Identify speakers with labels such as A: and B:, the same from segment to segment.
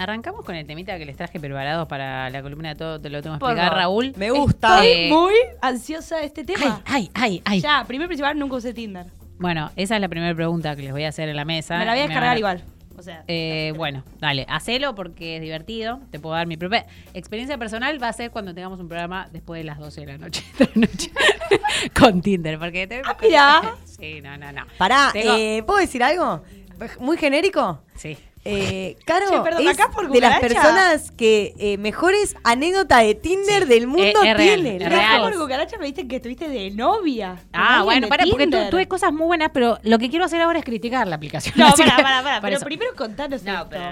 A: Arrancamos con el temita que les traje preparados para la columna de todo, te lo tengo que
B: Por
A: explicar,
B: favor.
A: Raúl.
C: Me gusta.
B: Estoy
A: Eh,
B: muy ansiosa de este
A: Ay,
B: tema.
A: ay, ay, ay.
B: Ya, primer principal, nunca usé Tinder.
A: Bueno, esa es la primera pregunta que les voy a hacer en la mesa.
B: Me la voy a
A: van
B: descargar igual. O sea,
A: Eh, bueno, dale, hacelo porque es divertido. Te puedo dar mi propia experiencia personal. Va a ser cuando tengamos un programa después de las 12 de la noche, de la noche, con Tinder. Porque te-
B: Ah, mirá.
A: Sí, no, no, no.
C: Pará,
A: Tengo-
C: eh, ¿puedo decir algo? Muy genérico.
A: Sí.
C: Eh, Caro,
B: Che, perdón,
C: es
B: acá por
C: de las
B: cucaracha.
C: personas que eh, mejores anécdotas de Tinder
A: Sí.
C: del mundo
A: Eh, es real,
C: tiene.
A: es
C: loco.
A: real.
B: Real. por cucaracha me dijiste que estuviste de novia. con
A: Ah,
B: alguien
A: bueno,
B: de
A: para, porque tu-
B: Tinder.
A: tuve cosas muy buenas, pero lo que quiero hacer ahora es criticar la aplicación.
B: No,
A: así
B: pará,
A: que-
B: pará, pará.
A: por
B: Pero
A: eso.
B: primero contanos
A: No,
B: esto.
A: pero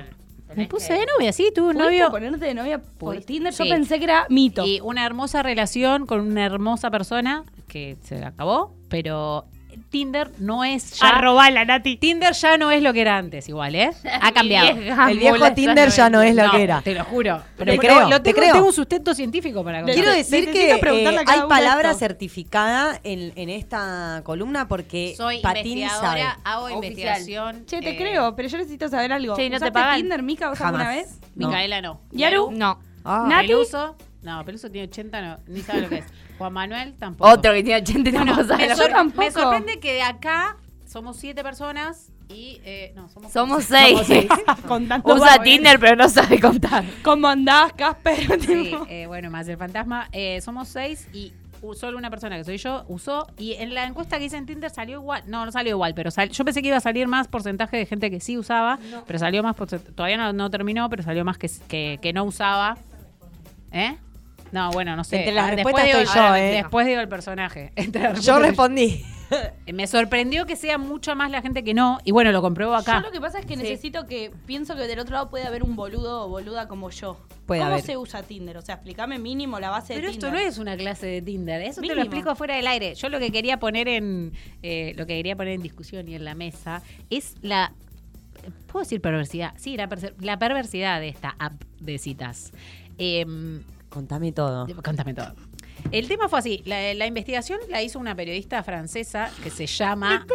A: me puse de novia, sí, tuve un
B: ¿Pudiste
A: novio.
B: ponerte de novia por
A: Pudiste-
B: Tinder? Yo
A: sí.
B: pensé que era mito.
A: Y una hermosa relación con una hermosa persona que se acabó, pero Tinder no es ya.
B: Arrobala, Nati.
A: Tinder ya no es lo que era antes, igual, ¿eh? Ha cambiado.
B: Ah,
C: El viejo Tinder ya no es lo
A: No,
C: que era.
A: Te lo juro.
C: Te creo,
A: lo
C: te
A: tengo,
C: creo.
A: tengo un sustento científico para contar.
C: Quiero
B: Nece-
C: decir
B: necesito
C: que
B: preguntarle
C: eh,
B: a cada
C: hay
B: uno
C: palabra
B: esto.
C: certificada en, en esta columna porque
A: Soy
C: Patín sabe.
A: investigadora, hago
D: Oficial.
A: investigación.
B: Che, te
A: eh,
B: creo, pero yo necesito saber algo.
D: Sí, no te
B: ¿Usaste
D: pagan.
B: Tinder, Mica, vos
C: Jamás.
B: alguna vez?
C: No.
A: Micaela no.
B: ¿Yaru?
D: No.
C: Ah.
B: Nati.
A: Peluso. No, Peluso tiene 80, no, ni sabe lo que es. Juan Manuel tampoco.
D: Otro que tiene 80 y
A: Bueno,
D: tampoco sabe
A: me,
D: la
A: sor-
B: Yo
D: verdad.
B: tampoco.
A: me sorprende que de acá somos siete personas y eh, no, somos
D: Somos seis.
B: Con tanto
D: Usa
B: barro.
D: Tinder, pero no sabe contar.
B: ¿Cómo andás, Casper?
A: Sí, eh, bueno, más el fantasma. Eh, somos seis y u- solo una persona que soy yo usó. Y en la encuesta que hice en Tinder salió igual. No, no salió igual, pero sal- yo pensé que iba a salir más porcentaje de gente que sí usaba, pero salió más. porcent- Todavía no, no terminó, pero salió más que, s- que, que no usaba. ¿Eh? No, bueno, no sé.
C: Entre las
A: Ah,
C: respuestas
A: digo-
C: estoy yo,
A: ahora,
C: ¿eh?
A: Después digo el personaje. Entre las
C: Yo
A: respuestas-
C: respondí.
A: Me sorprendió que sea mucha más la gente que no. Y bueno, lo compruebo acá.
B: Yo lo que pasa es que
A: Sí.
B: necesito que. Pienso que del otro lado puede haber un boludo o boluda como yo.
C: Puede
B: ¿Cómo
C: haber.
B: se usa Tinder? O sea, explícame mínimo la base
A: Pero
B: de Tinder.
A: esto no es una clase de Tinder, eso te lo
B: Mínimo.
A: explico afuera del aire. Yo lo que quería poner en eh, lo que quería poner en discusión y en la mesa es la puedo decir perversidad, sí, la, perse- la perversidad de esta app de citas. Em,
C: Contame todo.
A: Contame todo. El tema fue así, la, la investigación la hizo una periodista francesa que se llama...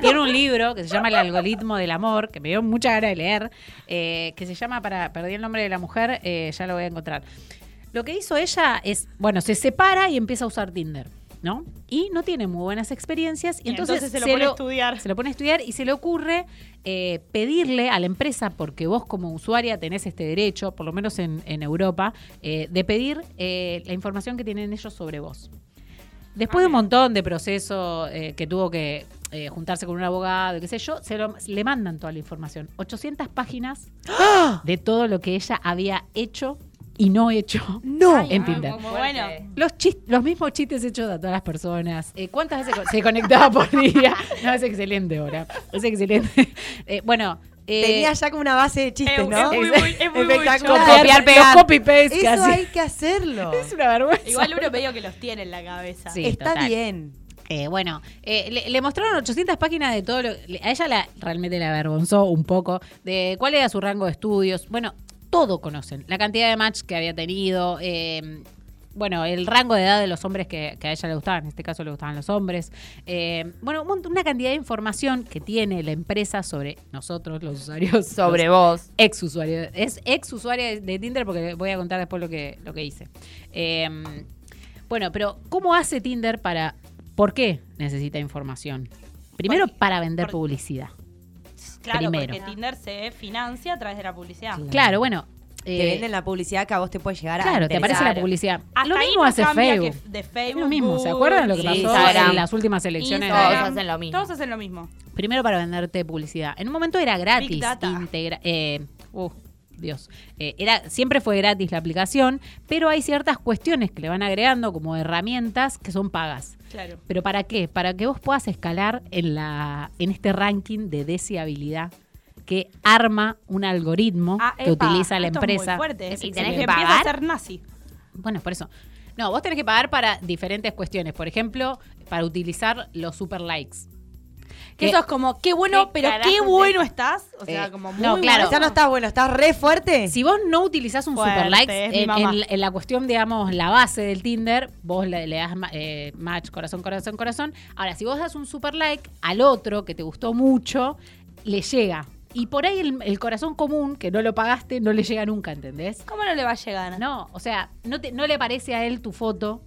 A: Tiene un libro que se llama El algoritmo del amor, que me dio mucha gana de leer, eh, que se llama, para perdí el nombre de la mujer, eh, ya lo voy a encontrar. Lo que hizo ella es, bueno, se separa y empieza a usar Tinder, ¿no? Y no tiene muy buenas experiencias y entonces,
B: Entonces se lo pone a estudiar.
A: Se lo pone a estudiar y se le ocurre eh, pedirle a la empresa, porque vos como usuaria tenés este derecho, por lo menos en, en Europa, eh, de pedir eh, la información que tienen ellos sobre vos. Después de
C: Ah,
A: un montón de proceso eh, que tuvo que eh, juntarse con un abogado, y qué sé yo, se lo- le mandan toda la información. 800 páginas
C: ¡Ah!
A: de todo lo que ella había hecho y no hecho
C: No.
A: en Ah, Tinder.
B: Ah, Bueno,
A: Los, chis- los mismos chistes hechos a todas las personas. Eh, ¿Cuántas veces co- se conectaba por día? No, es excelente ahora. Es excelente. Eh, bueno. eh,
C: Tenía ya como una base de chistes,
B: es-
C: ¿no?
B: Eh, es muy, muy- es muy
A: con
C: Espectacular.
A: copiar,
C: Claro.
A: pegar. Los copy paste que
C: Eso
A: hacía.
C: hay que hacerlo.
A: Es una vergüenza.
B: igual uno medio que los tiene en la cabeza.
A: Sí.
C: Está
A: total.
C: bien.
A: Eh, bueno, eh, le, le mostraron 800 páginas de todo lo... le- a ella la, realmente la avergonzó un poco de cuál era su rango de estudios. Bueno, todo conocen. La cantidad de match que había tenido, eh, bueno, el rango de edad de los hombres que, que a ella le gustaban. En este caso le gustaban los hombres. Eh, bueno, un mont- una cantidad de información que tiene la empresa sobre nosotros, los usuarios.
D: Sobre
A: los
D: vos.
A: Ex usuario. Es ex usuaria de- de Tinder porque voy a contar después lo que, lo que hice. Eh, bueno, pero ¿cómo hace Tinder para... ¿Por qué necesita información? Primero
B: Porque-
A: para vender
B: porque-
A: publicidad.
B: Claro,
A: Primero.
B: porque Tinder se financia a través de la publicidad.
C: Claro.
A: Claro, bueno.
C: te
A: eh,
C: venden la publicidad que a vos te puede llegar a
A: claro, te aparece la
C: interesar.
A: publicidad.
B: Hasta
A: lo
B: ahí
A: mismo
B: no
A: hace
B: cambia
A: Facebook.
B: que de
A: Es
B: Facebook.
A: lo mismo, ¿se acuerdan lo que pasó
D: Google,
A: en
D: Instagram,
A: las últimas elecciones? de-
D: Todos
B: Instagram.
D: hacen lo mismo.
B: Todos hacen lo mismo.
A: Primero para venderte publicidad. En un momento era gratis.
B: Big data.
A: integra- eh, uh, Dios. Eh, era, siempre fue gratis la aplicación, pero hay ciertas cuestiones que le van agregando como herramientas que son pagas.
B: Claro.
A: ¿Pero para qué? Para que vos puedas escalar en, la, en este ranking de deseabilidad que arma un algoritmo
B: Ah,
A: que
B: epa,
A: utiliza la
B: esto es muy
A: empresa.
B: fuerte.
A: Es
D: Y tenés
A: excelente.
D: que
B: Porque empieza
D: pagar.
B: a ser nazi.
A: Bueno, por eso. No, vos tenés que pagar para diferentes cuestiones. Por ejemplo, para utilizar los super likes.
B: Que
A: Eh,
B: eso es como, qué bueno,
D: ¿qué
B: pero qué
D: carajo
B: bueno
D: te-
B: estás. O sea,
A: Eh,
B: como muy
A: no, claro.
C: Ya no está bueno, está re fuerte.
A: Si vos no utilizás un
B: Fuerte,
A: super like
B: es mi
A: en,
B: mamá.
A: en la- en la cuestión, digamos, la base del Tinder, vos le, le das ma- eh, match, corazón, corazón, corazón. Ahora, si vos das un super like al otro que te gustó mucho, le llega. Y por ahí el, el corazón común, que no lo pagaste, no le llega nunca, ¿entendés?
B: ¿Cómo no le va a llegar?
A: No, o sea, no, te- no le parece a él tu foto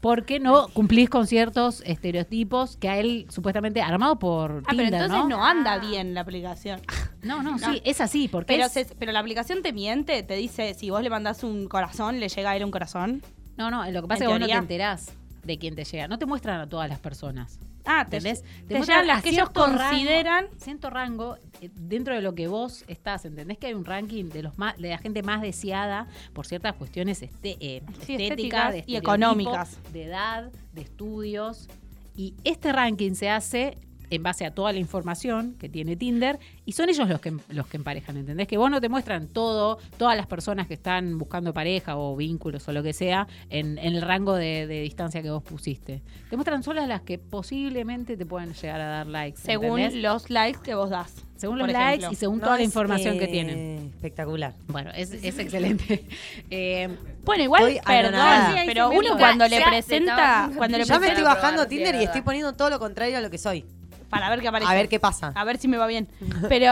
A: porque no cumplís con ciertos estereotipos que a él supuestamente armado por
B: Ah, pero
A: Tinder,
B: entonces no, Ah.
A: ¿no?
B: anda bien la aplicación.
A: No, no, sí, es así, porque
B: Pero,
A: es-
B: se- pero la aplicación te miente, te dice si vos le mandás un corazón, le llega a él un corazón.
A: No, no, lo que pasa es
B: en
A: que vos no te
B: teoría.
A: enterás de quién te llega. No te muestran a todas las personas,
B: Ah, te,
A: ¿entendés?
B: te
A: muestran
B: llegan las
A: a
B: que ellos
A: cierto rango-
B: consideran.
A: cierto rango eh, dentro de lo que vos estás, ¿entendés? Que hay un ranking de los más, de la gente más deseada por ciertas cuestiones este- eh,
B: Sí,
A: estéticas,
B: estéticas
A: de
B: y
A: estereotipo,
B: económicas.
A: De edad, de estudios. Y este ranking se hace en base a toda la información que tiene Tinder y son ellos los que, los que emparejan, ¿entendés? Que vos no te muestran todo, todas las personas que están buscando pareja o vínculos o lo que sea en, en el rango de, de distancia que vos pusiste. Te muestran solo las que posiblemente te puedan llegar a dar likes.
B: Según
A: ¿entendés?
B: los likes que vos das.
A: Según
B: por
A: los
B: ejemplo.
A: likes y según
C: No,
A: toda la
C: es,
A: información que
C: eh,
A: tienen.
C: Espectacular.
A: Bueno, es, es excelente. Eh,
B: Bueno, igual,
C: Estoy anonadada.
B: perdón,
C: Sí,
A: ahí
B: pero
A: sí me
B: uno
A: picó.
B: cuando le
D: Ya, te estaba
B: presenta,
D: haciendo
B: cuando le
D: pillo.
C: Ya me
B: presenta,
C: estoy
D: Prefiero
C: bajando
D: probar,
C: Tinder
D: sí,
C: y
D: es
C: estoy
D: verdad.
C: poniendo todo lo contrario a lo que soy.
B: para ver qué aparece.
C: A ver qué pasa.
B: A ver si me va bien. Pero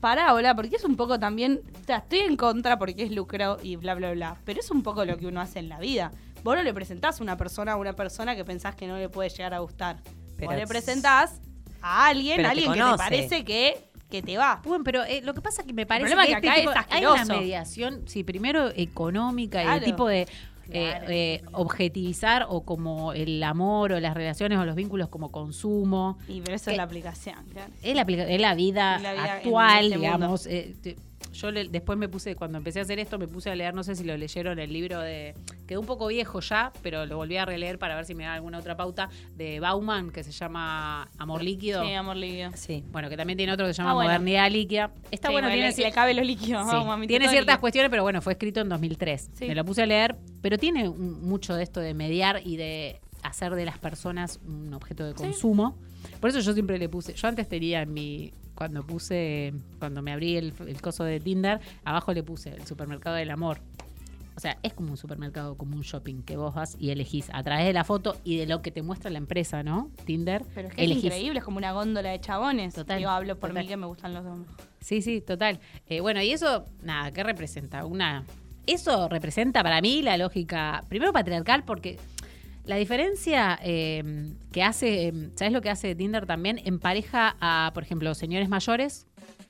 B: pará, hola, porque es un poco también. O sea, estoy en contra porque es lucro y bla, bla, bla. Pero es un poco lo que uno hace en la vida. Vos no le presentás a una persona a una persona que pensás que no le puede llegar a gustar.
C: Pero
B: Vos le
C: es-
B: presentás a alguien,
C: Pero
B: a
C: te
B: alguien que te
C: conoce.
B: parece que, que te va.
A: bueno, pero eh, lo que pasa es que me parece
B: problema
A: que,
B: es que
A: este tipo-
B: acá es
A: hay una
B: asqueroso.
A: mediación, sí, primero económica y
B: Claro.
A: de tipo de eh,
D: Claro.
A: eh, objetivizar o como el amor o las relaciones o los vínculos como consumo.
B: Y pero eso
A: ¿Qué?
B: es la aplicación. claro.
A: Es la, aplica- es la vida
B: La vida en
A: actual,
B: este mundo.
A: digamos. eh, te- yo le- después me puse, cuando empecé a hacer esto, me puse a leer, no sé si lo leyeron, el libro de. Quedó un poco viejo ya, pero lo volví a releer para ver si me da alguna otra pauta, de Bauman, que se llama Amor Líquido.
B: Sí, amor líquido.
C: Sí.
A: Bueno, que también tiene otro que se llama
B: Ah, bueno.
A: Modernidad Líquida. Está
B: Sí,
A: bueno,
B: porque
A: tiene,
B: le, le cabe los líquidos.
A: sí,
B: vamos, oh, mamita,
A: tiene
B: todo
A: ciertas
B: líquido.
A: cuestiones, pero bueno, fue escrito en 2003.
B: Sí.
A: Me lo puse a leer, pero tiene un- mucho de esto de mediar y de hacer de las personas un objeto de consumo. Por eso yo siempre le puse, yo antes tenía en mi, cuando puse, cuando me abrí el, el coso de Tinder, abajo le puse el supermercado del amor. O sea, es como un supermercado, como un shopping que vos vas y elegís a través de la foto y de lo que te muestra la empresa, ¿no? Tinder.
B: Pero es que es
A: elegís.
B: increíble, es como una góndola de chabones.
A: Total,
B: Yo hablo por
A: total.
B: mí que me gustan los hombres.
A: Sí, sí, total. Eh, bueno, y eso, nada, ¿qué representa? Una. Eso representa para mí la lógica, primero patriarcal, porque la diferencia eh, que hace, eh, ¿sabes lo que hace Tinder también? Empareja a, por ejemplo, señores mayores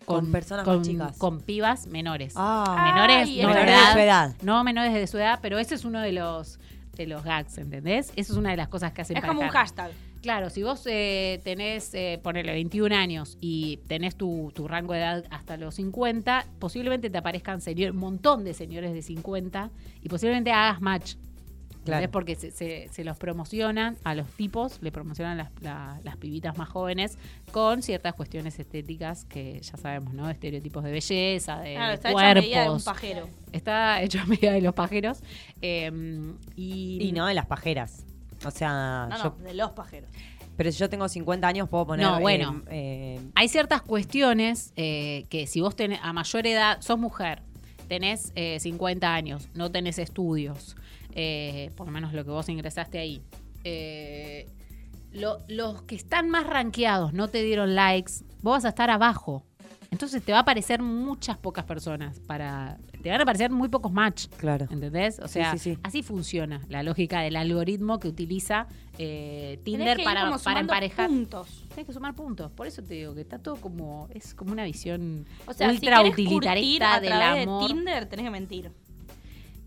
C: Con personas más chicas.
A: Con pibas menores.
C: Ah,
A: menores,
B: Ay,
A: no
B: es
A: de
B: verdad.
A: edad,
C: de su edad.
A: No menores de su edad, pero ese es uno de los de los gags, ¿entendés? Esa es una de las cosas que hace
B: Es como un
A: emparejar.
B: hashtag.
A: Claro, si vos eh, tenés, eh, ponele 21 años y tenés tu, tu rango de edad hasta los 50, posiblemente te aparezcan señor, un montón de señores de 50 y posiblemente hagas match.
C: Claro.
A: ¿entendés? Porque se, se- se los promocionan a los tipos, le promocionan las, la- las pibitas más jóvenes con ciertas cuestiones estéticas que ya sabemos, ¿no? Estereotipos de belleza, de,
B: Claro,
A: de
B: está hecho a medida de un
A: Eh, cuerpos.
B: pajero.
A: está hecho a medida de los pajeros. eh, y,
C: Y no de las pajeras. O sea,
B: No, no,
C: yo-
B: de los pajeros.
C: pero si yo tengo 50 años puedo poner...
A: No, bueno.
C: eh, eh,
A: hay ciertas cuestiones eh, que si vos tenés, a mayor edad, sos mujer, tenés eh, 50 años, no tenés estudios, eh, por lo menos lo que vos ingresaste ahí. eh, lo- los que están más rankeados no te dieron likes, vos vas a estar abajo. Entonces te va a aparecer muchas pocas personas para. Te van a aparecer muy pocos match.
C: claro.
A: ¿Entendés? O sea,
C: sí, sí.
A: así funciona la lógica del algoritmo que utiliza eh,
B: Tenés
A: Tinder
B: que ir
A: para,
B: como
A: para
B: sumando
A: emparejar.
B: puntos.
A: Tienes que sumar puntos. Por eso te digo que está todo como. Es como una visión
B: O sea,
A: ultra
B: si querés curtir
A: utilitarista
B: a
A: del
B: través
A: amor.
B: de Tinder, tenés que mentir.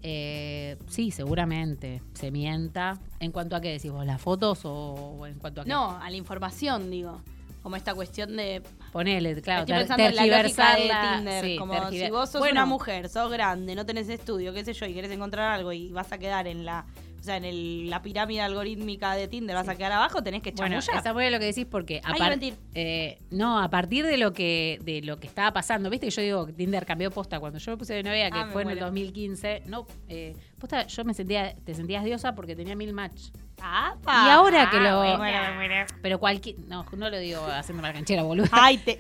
A: Eh, sí, seguramente. Se mienta. ¿En cuanto a qué decís vos? ¿Las fotos o en cuanto a qué?
B: No, a la información, digo. Como esta cuestión de.
A: Ponele, claro,
B: estoy
A: ter-
B: pensando en la lógica de
A: tergiversarla,
B: Tinder.
A: sí,
B: como
A: tergiver-
B: si vos sos
A: Bueno,
B: una mujer, sos grande, no tenés estudio, qué sé yo, y querés encontrar algo y vas a quedar en la. O sea, en el- la pirámide algorítmica de Tinder, vas a quedar abajo, tenés que
A: Bueno,
B: chamullar.
A: está muy bien lo que decís porque a
B: Hay que
A: par-
B: mentir.
A: eh, no, a partir de lo que de lo que estaba pasando, viste que yo digo que Tinder cambió posta cuando yo me puse de novia que
B: Ah, me
A: fue en el
B: muero.
A: 2015, no eh, posta yo me sentía te sentías diosa porque tenía mil match.
B: ¡Apa! Ah,
A: Y ahora que lo-
B: me muero, me muero.
A: Pero cualquier no no lo digo haciendo la canchera, boludo.
B: Ay, te.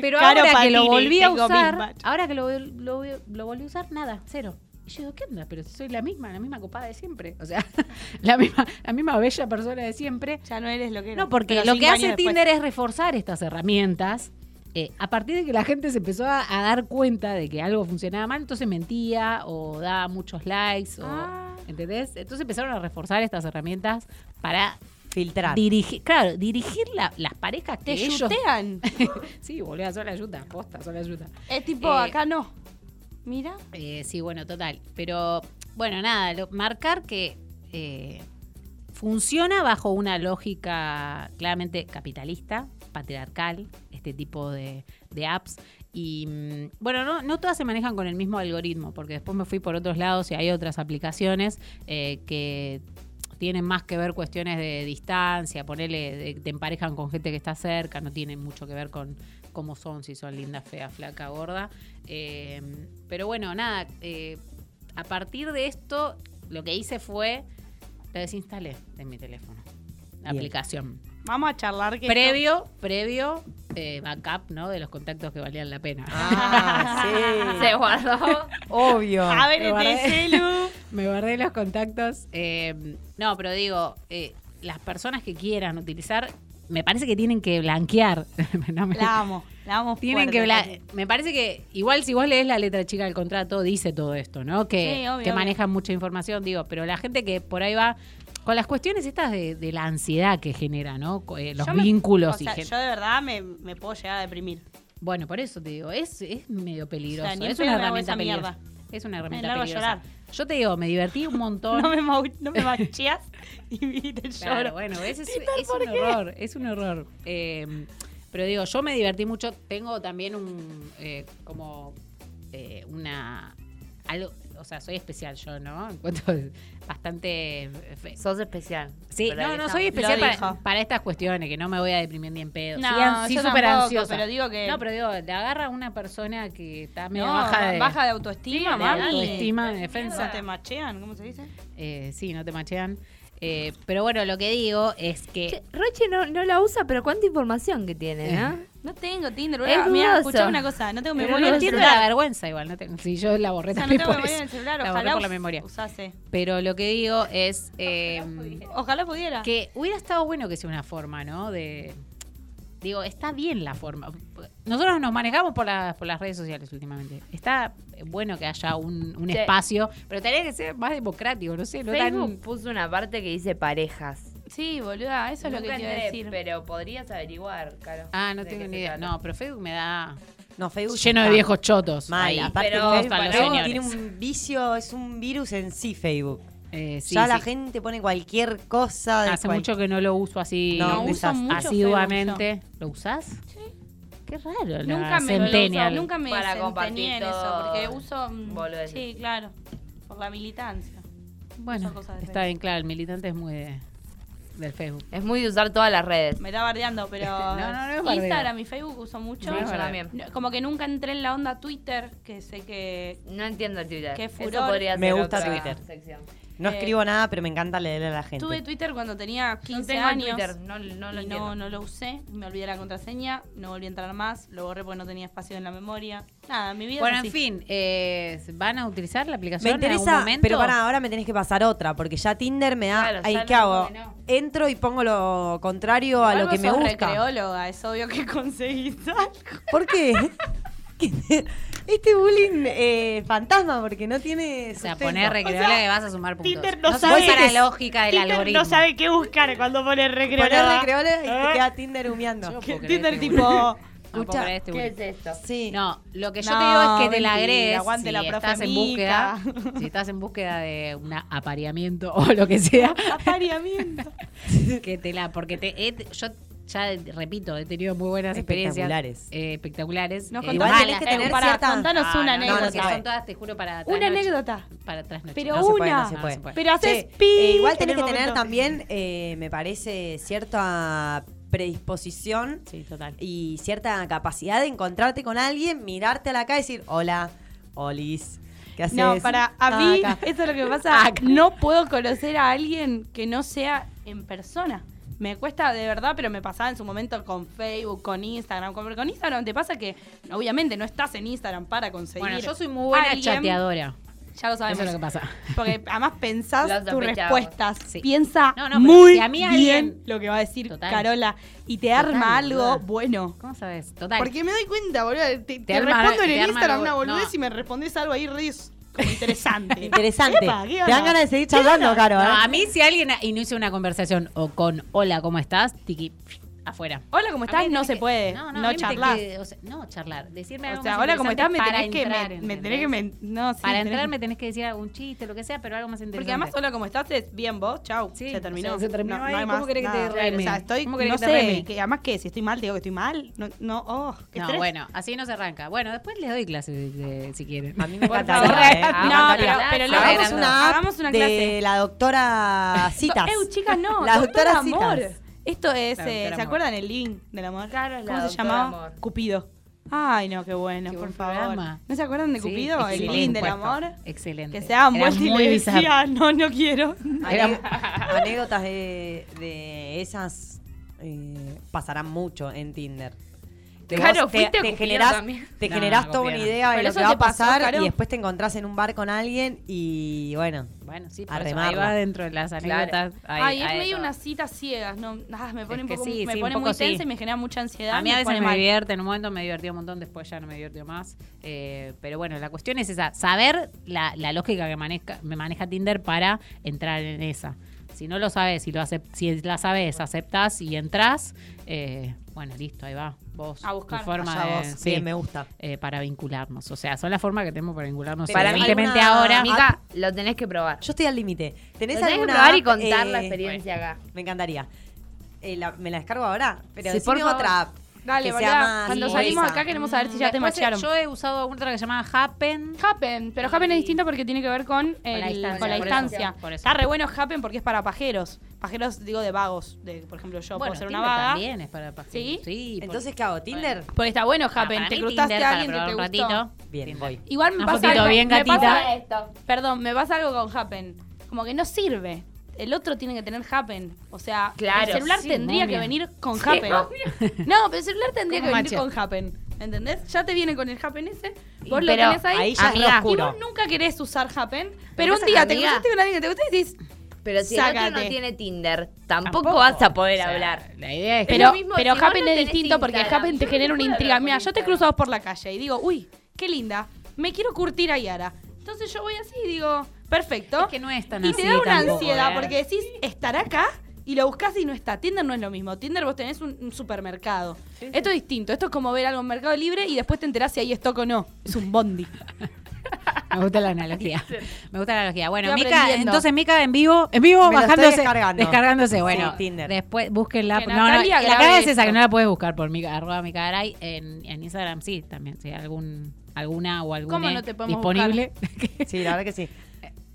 A: Pero
B: Caro
A: ahora que lo
B: Patini,
A: volví a
B: tengo
A: usar,
B: mismatch.
A: ahora que lo, lo- lo volví a usar, nada, cero. Y yo digo, ¿qué onda? Pero soy la misma, la misma copada de siempre. O sea, la misma, la misma bella persona de siempre.
B: Ya no eres lo que eras.
A: No, porque
B: Pero
A: lo
B: cinco
A: que hace
B: años después.
A: Tinder es reforzar estas herramientas eh, a partir de que la gente se empezó a, a dar cuenta de que algo funcionaba mal, entonces mentía o daba muchos likes, o,
B: Ah.
A: ¿entendés? Entonces empezaron a reforzar estas herramientas para
C: Filtrar.
A: dirigir, claro, dirigir la- las parejas que
B: Te
A: ellos...
B: yutean.
A: sí, boludo, sola ayuda, posta, sola ayuda.
B: Es tipo,
A: Eh,
B: acá no. Mira.
A: Eh, sí, bueno, total. Pero, bueno, nada, lo- marcar que eh, funciona bajo una lógica claramente capitalista, patriarcal, este tipo de, de apps. Y mm, bueno, no, no todas se manejan con el mismo algoritmo, porque después me fui por otros lados y hay otras aplicaciones eh, que tienen más que ver cuestiones de distancia, ponerle, te emparejan con gente que está cerca, no tienen mucho que ver con cómo son, si son linda, fea, flaca, gorda. Eh, pero bueno, nada, eh, a partir de esto, lo que hice fue, lo desinstalé de mi teléfono, la
C: Bien.
A: aplicación.
B: Vamos a charlar que
A: Previo, previo eh, backup, ¿no? De los contactos que valían la pena.
C: Ah,
D: Se
C: sí.
D: guardó.
C: Obvio.
B: esto- A
A: Me
B: ver,
A: guardé.
B: este celu.
A: Me guardé los contactos. eh, no, pero digo, eh, las personas que quieran utilizar, me parece que tienen que blanquear. No me-
B: La amo, la amo.
A: tienen
B: fuerte,
A: que bla-
B: Katy.
A: Me parece que, igual si vos lees la letra chica del contrato, dice todo esto, ¿no? Que,
B: Sí, obvio,
A: que
B: obvio.
A: manejan mucha información, digo, pero la gente que por ahí va. Con las cuestiones estas de, de la ansiedad que genera, ¿no? Co- eh, los
B: Yo me-
A: vínculos
B: o sea,
A: y gen-
B: Yo de verdad me, me puedo llegar a deprimir.
A: Bueno, por eso te digo, es, es medio peligroso.
B: ni en
A: es
B: pedo
A: una
B: me hago
A: herramienta
B: esa mierda.
A: peligrosa. Es una herramienta
B: largo a
A: peligrosa.
B: llorar.
A: Yo te digo, me divertí un montón.
B: No me, mau- no me macheas y te lloro.
A: Claro, bueno, ese es, es un horror, es un horror. Eh, pero digo, yo me divertí mucho. Tengo también un, eh, como, eh, una, algo, o sea, soy especial yo, ¿no? Encuentro bastante... fe-
D: Sos especial.
A: Sí,
D: Por ahí
A: no, no,
D: estamos.
A: soy especial
B: Lo dijo.
A: para, para estas cuestiones, que no me voy a deprimir ni en pedo.
B: No,
A: sí, an- sí
B: yo
A: súper
B: tampoco,
A: ansiosa.
B: pero digo que-
A: No, pero digo, le agarra a una persona que está medio
B: No,
A: baja de...
B: autoestima,
A: de
B: mami.
A: autoestima, de
B: ¿Te
A: defensa.
B: ¿Te machean? ¿Cómo se dice?
A: Eh, sí, no te machean. Eh, pero bueno, lo que digo es que...
D: Che, Roche no, no la usa, pero cuánta información que tiene, ¿no?
B: No tengo Tinder.
D: Es
B: boludo. Mira,
D: dudoso.
B: escuchá una cosa. No tengo
A: Pero
B: memoria
A: no
B: en el
A: entiendo la
B: celular.
A: vergüenza igual. No te- si yo la borré
B: O sea, no
A: también
B: tengo
A: por
B: memoria
A: eso.
B: en el celular.
A: La
B: Ojalá
A: borré por la
B: us-
A: memoria.
B: usase.
A: Pero lo que digo es eh,
B: Ojalá pudiera.
A: que hubiera estado bueno que sea una forma, ¿no? De digo, está bien la forma. Nosotros nos manejamos por, las por las redes sociales últimamente. Está bueno que haya un, un
D: Sí.
A: espacio, pero tendría que ser más democrático, no sé, no
D: Facebook
A: tan
D: puso una parte que dice parejas.
B: Sí, boluda, eso es lo que
D: Nunca
B: te iba a
D: entré,
B: decir.
D: Pero podrías averiguar, claro.
A: Ah, no
D: de
A: tengo
D: qué
A: ni
D: se
A: idea.
D: trata.
A: No, pero Facebook me da
C: No, Facebook
A: lleno de
C: está
A: viejos chotos.
C: Mal,
A: ahí.
C: aparte
D: Pero
C: Facebook
A: para los
C: Facebook
A: señores.
C: tiene un vicio, es un virus en sí Facebook.
A: Eh, sí,
C: ya
A: sí.
C: la gente pone cualquier cosa. de
A: Hace
C: cual-
A: mucho que no lo uso así.
C: No,
B: No,
C: un
B: uso
C: desastre.
B: mucho Facebook
A: asiduamente. ¿Lo usás? Sí. Qué raro. la
B: Nunca me
A: Centennial.
B: lo uso, nunca me
D: Para
B: centenié
D: compartir
B: en eso,
D: todo.
B: porque uso mm,
D: Boludeces.
B: Sí, claro, por la militancia.
A: Bueno,
B: uso cosas de
A: está bien claro. El militante es muy de- del Facebook.
D: Es muy de usar todas las redes.
B: Me está bardeando, pero
A: No, no, no es bardeo.
B: Instagram y Facebook uso mucho.
A: No es
D: yo
A: verdad.
D: también.
B: No, Como que nunca entré en la onda Twitter, que sé que
D: No entiendo el Twitter.
B: Qué
D: Eso
B: furor.
D: podría
C: Me
D: ser
C: gusta
D: otra
C: Twitter.
D: sección.
C: No
B: Eh,
C: escribo nada, pero me encanta leer a la gente.
B: tuve Twitter cuando tenía 15
D: No tengo
B: años.
D: Twitter, no, no lo
B: y
D: entiendo.
B: no, no lo usé, me olvidé la contraseña, no volví a entrar más, lo borré porque no tenía espacio en la memoria. Nada, mi vida
A: Bueno,
B: es
A: en
B: así.
A: fin, eh, ¿van a utilizar la
C: me
A: aplicación en algún
C: interesa,
A: momento?
C: pero para ahora me tenés que pasar otra, porque ya Tinder me da.
D: Claro,
C: ahí,
D: ya
C: ¿Qué
D: no-
C: hago?
D: bueno.
C: Entro y pongo lo contrario a
B: Igual
C: lo que
B: vos
C: me
B: sos
C: gusta.
B: recreóloga, es obvio que conseguís algo.
C: ¿Por qué? este bullying eh, fantasma, porque no tiene.
A: O sea,
C: sustento.
A: poner recreola
B: O sea,
A: que vas a sumar puntos.
B: Tinder no
A: sé cuál
C: sabe
A: es
C: que
A: la
C: es-
A: lógica del
B: Tinder
A: algoritmo.
B: no sabe qué buscar cuando pone
C: Poner
B: recreóloga.
C: recreola y te
B: Ah.
C: queda Tinder humeando.
A: puedo creer
B: Tinder
A: este
B: tipo-
A: boludo. No, puedo
C: Escucha,
A: creer este
D: ¿Qué
A: boludo.
D: es esto?
C: Sí.
A: No, lo que yo te
B: No,
A: digo es que te la
B: mentira,
A: agregues
B: aguante
A: si
B: la profe
A: estás en
B: Mica.
A: búsqueda, si estás en búsqueda de un apareamiento o lo que sea,
B: Apareamiento.
A: que te la, porque te, he- yo ya repito, he tenido muy buenas
C: Espectaculares.
A: experiencias eh, espectaculares.
B: No,
A: Eh,
B: contá-
A: malas,
C: tenés que tener
A: pero-
B: pará,
C: cierta-
B: Contanos
A: Ah,
B: una
A: no,
B: anécdota.
A: No,
C: se
A: porque
C: puede.
A: son todas, te juro, para
B: una
A: trasnoche-
B: anécdota.
A: Para trasnoche.
B: Pero
C: No se puede,
B: una.
C: no se puede.
B: Pero haces
C: Sí,
B: pi.
C: eh, igual
B: en
C: tenés que
B: el
C: tener
B: momento.
C: también, eh, me parece, cierta predisposición
A: Sí, total.
C: y cierta capacidad de encontrarte con alguien, mirarte a la cara y decir, hola, Olis, ¿qué haces?
B: No, para a
C: Ah,
B: mí,
C: acá.
B: eso es lo que me pasa. No puedo conocer a alguien que no sea en persona. Me cuesta de verdad, pero me pasaba en su momento con Facebook, con Instagram. Con, con Instagram te pasa que, obviamente, no estás en Instagram para conseguir.
A: Bueno, yo soy muy buena
B: alguien.
A: chateadora.
B: Ya lo sabemos.
A: Eso es lo que pasa.
B: Porque además pensás
D: Lo
B: tus
D: sospechamos.
B: respuestas.
A: Sí.
B: Piensa
A: No, no, pero
B: muy
A: si a mí alguien-
B: bien lo que va a decir
A: Total.
B: Carola y te
A: Total,
B: arma algo
A: boluda.
B: bueno.
A: ¿Cómo sabes? Total.
B: Porque me doy cuenta, boludo. Te, te
A: arma-
B: respondo en
A: te
B: el
A: arma
B: Instagram
A: algo-
B: una boludez
A: no.
B: y me respondes algo ahí re como interesante.
C: Interesante.
B: Epa, ¿qué
C: Te dan
B: onda? Ah,
C: ganas de seguir charlando, Caro,
A: No,
C: ¿eh?
A: a mí si alguien inicia una conversación o con hola, ¿cómo estás? Tiki, afuera.
B: Hola, ¿cómo
A: A
B: estás?
A: mí me
B: No
A: tenés
B: se
A: que-
B: puede. No,
A: a mí me
B: charlas.
A: tenés que- o sea, no charlar. Decirme algo
B: O sea,
A: más
B: hola, ¿cómo estás?
A: interesante
B: Me
A: para
B: tenés que.
A: entrar,
B: me- Me
A: ¿entendés?
B: tenés que. men- No, sí,
A: Para
B: tenés-
A: entrar me tenés que decir algún chiste, lo que sea, pero algo más interesante.
B: Porque además, hola, ¿cómo estás? Es bien vos, chau.
A: Sí,
B: se terminó.
A: o sea, se terminó ahí, ¿cómo querés que te
B: nada.
A: reme?
B: O sea, estoy,
A: ¿Cómo querés
B: no
A: que te
B: sé,
A: reme?
B: que además que si estoy mal, te digo que estoy mal. No, no oh, qué
A: No,
B: estrés.
A: bueno, así no se arranca. Bueno, después les doy clases de- de- si quieren.
C: A mí me
B: Por
C: encanta.
B: favor.
C: hablar, ¿eh?
B: No,
C: Me
D: Ah,
C: encantaría.
B: pero- pero
A: lo
C: hagamos
A: hagamos
C: una app
B: hagamos una
C: de
B: clase.
C: la doctora Citas.
B: Eh, chicas, no.
C: La doctora
B: amor.
C: Citas.
B: Esto es,
A: La doctora
B: eh, ¿se
A: amor.
B: acuerdan el link del amor?
D: Claro, la
B: ¿Cómo se
D: doctora
B: llamaba?
D: amor.
B: Cupido. Ay, no, qué bueno,
A: Qué
B: por
A: buen
B: favor.
A: programa.
B: ¿No se acuerdan de
A: Sí,
B: Cupido? el
A: excelente.
B: link del
A: Por supuesto,
B: amor.
A: Excelente.
B: Que se daban
A: Era
B: vuelta y
A: muy
B: le
A: bizarro.
B: decía, no, no quiero.
A: Era-
C: Ane- anécdotas de, de esas eh, pasarán mucho en Tinder. Que vos
D: Claro,
C: te,
D: fuiste
C: te
D: a
C: generás,
D: también.
C: te
A: No,
C: generás
A: no,
C: toda una
A: Cupido no.
C: idea de
B: Pero
C: lo
B: eso
C: que va a
B: te pasó,
C: pasar
B: Caro.
C: y después te encontrás en un bar con alguien y bueno,
A: Bueno, sí,
C: A
A: por eso, ahí
C: remarla.
A: va dentro de las anécdotas. hay-
B: Ay, es
A: hay de
B: medio
A: todo.
B: unas citas ciegas, no, ah, me pone
A: Es
B: un
A: que
B: poco,
A: sí,
B: me
A: sí, un
B: pone
A: poco
B: muy tensa
A: sí.
B: y me genera mucha ansiedad.
A: A mí a veces
B: pone
A: me
B: mal.
A: divierte, en un momento me divertía un montón, después ya no me divirtió más. Eh, pero bueno, la cuestión es esa, saber la, la lógica que maneja, me maneja Tinder para entrar en esa. Si no lo sabes, si, lo acep- si la sabes, aceptás y entrás, eh, bueno, listo, ahí va. Vos,
B: A buscar.
A: tu forma
C: allá
A: de-
C: vos.
A: sí,
C: Bien, me gusta.
A: eh, para vincularnos. O sea, son las formas que tenemos para vincularnos.
C: Pero
A: Para mí,
C: evidentemente ahora-
D: Mica, lo tenés que probar.
C: Yo estoy al límite. ¿Tenés
D: Lo tenés que
C: alguna
D: probar y
C: app,
D: contar
C: eh,
D: la experiencia acá.
C: Me encantaría. Eh, la- me la descargo ahora, pero
D: Sí,
C: decime
D: por favor.
C: otra app.
B: Dale,
C: que sea
B: boluda,
C: más
B: cuando
A: sí,
B: salimos
C: esa.
B: acá queremos saber si ya te
A: Después, eh,
B: macharon.
A: Yo he usado otra que se llamaba Happen.
B: Happen, pero Happen es distinto porque tiene que ver con, el-
A: la distancia,
B: con la
A: por
B: distancia.
A: eso, por eso.
B: Está re bueno Happen porque es para pajeros. Pajeros, digo, de vagos. De, por ejemplo, yo puedo ser una
A: Tinder
B: vaga.
A: también es para para-
B: ¿Sí?
A: sí por-
C: Entonces, ¿qué hago? ¿Tinder?
B: Porque está bueno
A: Ah,
B: Happen.
A: para
B: te
A: mí
B: cruzaste
A: Tinder
B: a
A: para
B: alguien que
A: probar
B: te
A: un
B: gustó.
A: ratito.
C: Bien,
A: Tinder.
C: voy.
B: Igual me
A: Una
B: pasa
A: fotito
B: algo.
A: bien
B: me
A: gatita.
B: pasa esto. Perdón, me pasa algo con Happen. Como que no sirve. El otro tiene que tener Happen. O sea,
D: Claro.
B: el celular
A: Sí,
B: tendría
A: momia.
B: que venir con
D: Sí,
B: Happen. No, pero el celular tendría que
A: ¿Cómo
B: venir
A: macho?
B: con Happen. ¿Entendés? Ya te viene con el Happen ese.
D: Y
B: Vos lo
D: pero
B: tenés ahí.
C: ahí ya es
B: y
C: re oscuro.
B: vos nunca querés usar Happen.
D: Pero
B: Pero un
D: esa
B: día te
D: amiga-
B: cruzaste con alguien que te gusta y decís,
D: Pero si el otro
B: Sácate.
D: no tiene Tinder, tampoco,
A: Tampoco.
D: vas a poder
A: O sea,
D: hablar.
A: La idea es que
B: Pero,
D: lo mismo,
B: pero
D: si vos
B: Happen
D: no
B: es
D: tenés
B: distinto porque
D: Instagram,
B: Happen te
D: yo no
B: genera una
D: puedo
B: intriga.
D: hablar con
B: Mira, yo te
D: Instagram.
B: cruzo por la calle y digo, uy, qué linda, me quiero curtir a Yara. Entonces yo voy así y digo, perfecto.
A: Es que no es tan
B: y
A: así
B: te da una
A: tampoco,
B: ansiedad
A: ¿eh?
B: porque decís, ¿estará acá? Y lo buscas y no está. Tinder no es lo mismo. Tinder vos tenés un, un supermercado. Esto es distinto. Esto es como ver algo en Mercado Libre y después te enterás si hay stock o no. Es un bondi.
A: Me gusta la analogía. Me gusta la analogía. Bueno,
B: Estoy
A: Mica,
B: aprendiendo.
A: entonces Mica en vivo, en vivo,
C: Me lo estoy
A: bajándose.
C: descargando.
A: Descargándose, bueno.
C: Sí, Tinder.
A: Después busquen la.
B: Que
A: No, no,
B: Natalia
A: la
B: grabe
A: cara es esa
B: esto.
A: que no la puedes buscar por Mica, arroba Mica Garay. En, en Instagram sí, también. Sí, algún, alguna o alguna
B: ¿Cómo no te podemos
A: disponible.
C: Sí, la verdad que sí.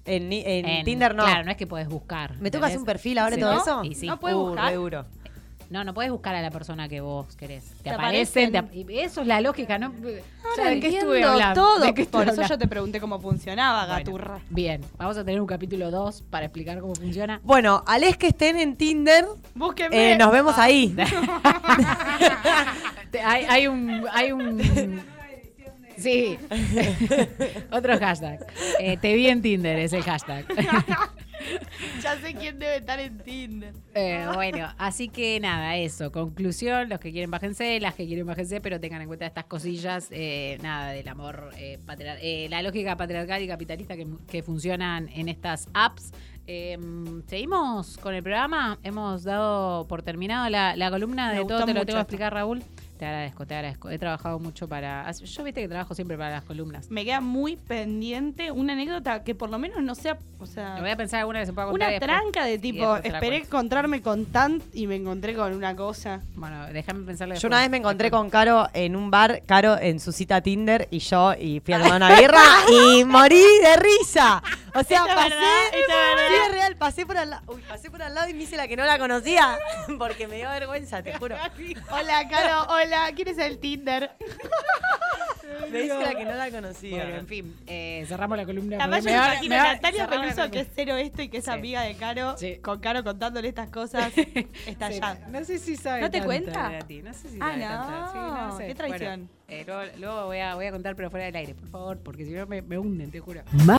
C: En, ni- en
A: En-
C: Tinder no.
A: Claro, no es que puedes buscar.
C: ¿Me toca hacer un
A: ¿entendés?
C: perfil ahora y
A: Sí.
C: todo
A: ¿No?
C: eso?
A: Y sí.
B: No puedes
C: Uh,
B: buscar.
C: re duro.
A: No, no puedes buscar a la persona que vos querés. Te,
B: Te
A: aparecen. te
B: aparecen.
A: ap- y eso es la lógica, ¿no? O sea,
B: Ahora
A: ¿de qué
B: entiendo
A: estuve hablando?
B: todo.
A: ¿De qué estuve
B: Por eso
A: hablando?
B: yo te pregunté cómo funcionaba,
A: Bueno,
B: gaturra.
A: Bien, vamos a tener un capítulo 2 para explicar cómo funciona.
C: Bueno, al es que estén en Tinder,
B: Búsquenme.
C: eh, nos vemos ahí.
A: Te- Hay, hay un. Hay un sí. Otro hashtag. Eh, te vi en Tinder, es el hashtag.
B: ya sé quién debe estar en Tinder.
A: Eh, bueno, así que nada, eso. Conclusión: los que quieren bájense, las que quieren bájense, pero tengan en cuenta estas cosillas, eh, nada, del amor eh, patriar- eh, la lógica patriarcal y capitalista que, que funcionan en estas apps. Eh, Seguimos con el programa. Hemos dado por terminado la, la columna
B: Me
A: de
B: gustó
A: todo. Te lo
B: mucho
A: tengo que
B: esto.
A: explicar, Raúl. Te agradezco, te agradezco. He trabajado mucho para. Yo viste que trabajo siempre para las columnas.
B: me queda muy pendiente una anécdota que por lo menos no sea,
A: Lo
B: o
A: voy
B: sea,
A: a pensar alguna que se pueda contar.
B: una
A: después.
B: tranca de
A: Y
B: tipo,
A: después te la
B: esperé
A: cuento.
B: encontrarme con Tant y me encontré con una cosa.
A: Bueno, déjame pensarlo.
C: Yo
A: después.
C: una vez me encontré con Caro en un bar, Caro en su cita Tinder y yo y fui a tomar una birra y morí de risa. O sea,
B: Esto es
C: pasé,
B: verdad, esto es verdad.
C: sí, es real, pasé por al la- uy, pasé por al lado y me hice la que no la conocía porque me dio vergüenza, te juro.
B: Hola, Caro, hola, ¿quién es el Tinder?
C: Me hice la que no la conocía.
A: Bueno, en fin, eh, cerramos la columna.
B: Además yo
A: porque
B: me
A: me va-
B: imagino
A: me
B: a
A: va-
B: Natalia
A: cerramos la
B: Peluso que
A: columna.
B: es cero esto y que es
A: Sí.
B: amiga de Caro,
A: Sí.
B: con Caro contándole estas cosas, está
A: Sí,
B: allá.
A: No sé si sabe.
B: ¿No te
A: tanto
B: cuenta?
A: de ti, No sé si
B: Ah,
A: sabe
B: no.
A: tanto. Sí, no sé.
B: Qué traición.
A: Bueno, eh, luego luego voy, a, voy a contar, pero fuera del aire, por favor, porque si no me, me hunden, te juro.